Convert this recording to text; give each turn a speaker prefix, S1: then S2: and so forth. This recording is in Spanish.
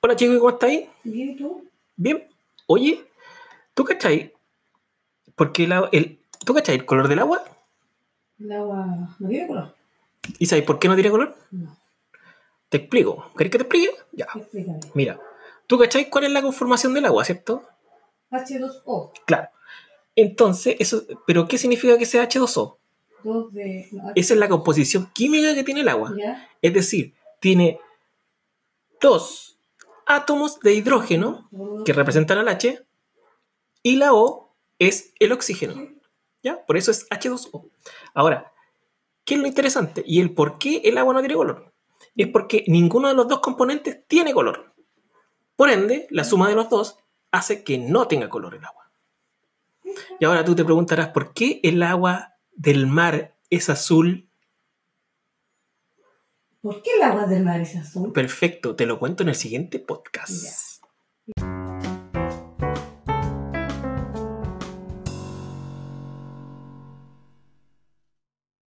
S1: Hola chicos, ¿cómo estáis?
S2: Bien, ¿y tú?
S1: Bien. Oye, ¿tú cachai? Porque el, agua- el- ¿Tú cachai el color del agua?
S2: El agua no tiene color.
S1: ¿Y sabéis por qué no tiene color?
S2: No,
S1: Te explico. ¿Queréis que te explique? Ya.
S2: explícame.
S1: Mira, ¿tú cachai cuál es la conformación del agua, cierto?
S2: H2O,
S1: Claro. Entonces, eso, ¿pero qué significa que sea H2O?
S2: 2 de. no,
S1: Esa es la composición química que tiene el agua.
S2: ¿Ya?
S1: Es decir, tiene dos átomos de hidrógeno
S2: Dos-
S1: que representan al H y la O es el oxígeno. ¿Ya? Por eso es H2O. Ahora, ¿qué es lo interesante? Y el por qué el agua no tiene color. Es porque ninguno de los dos componentes tiene color. Por ende, la suma de los dos hace que no tenga color el agua. Y ahora tú te preguntarás, ¿por qué el agua del mar es azul?
S2: ¿Por qué el agua del mar es azul?
S1: Perfecto, te lo cuento en el siguiente podcast.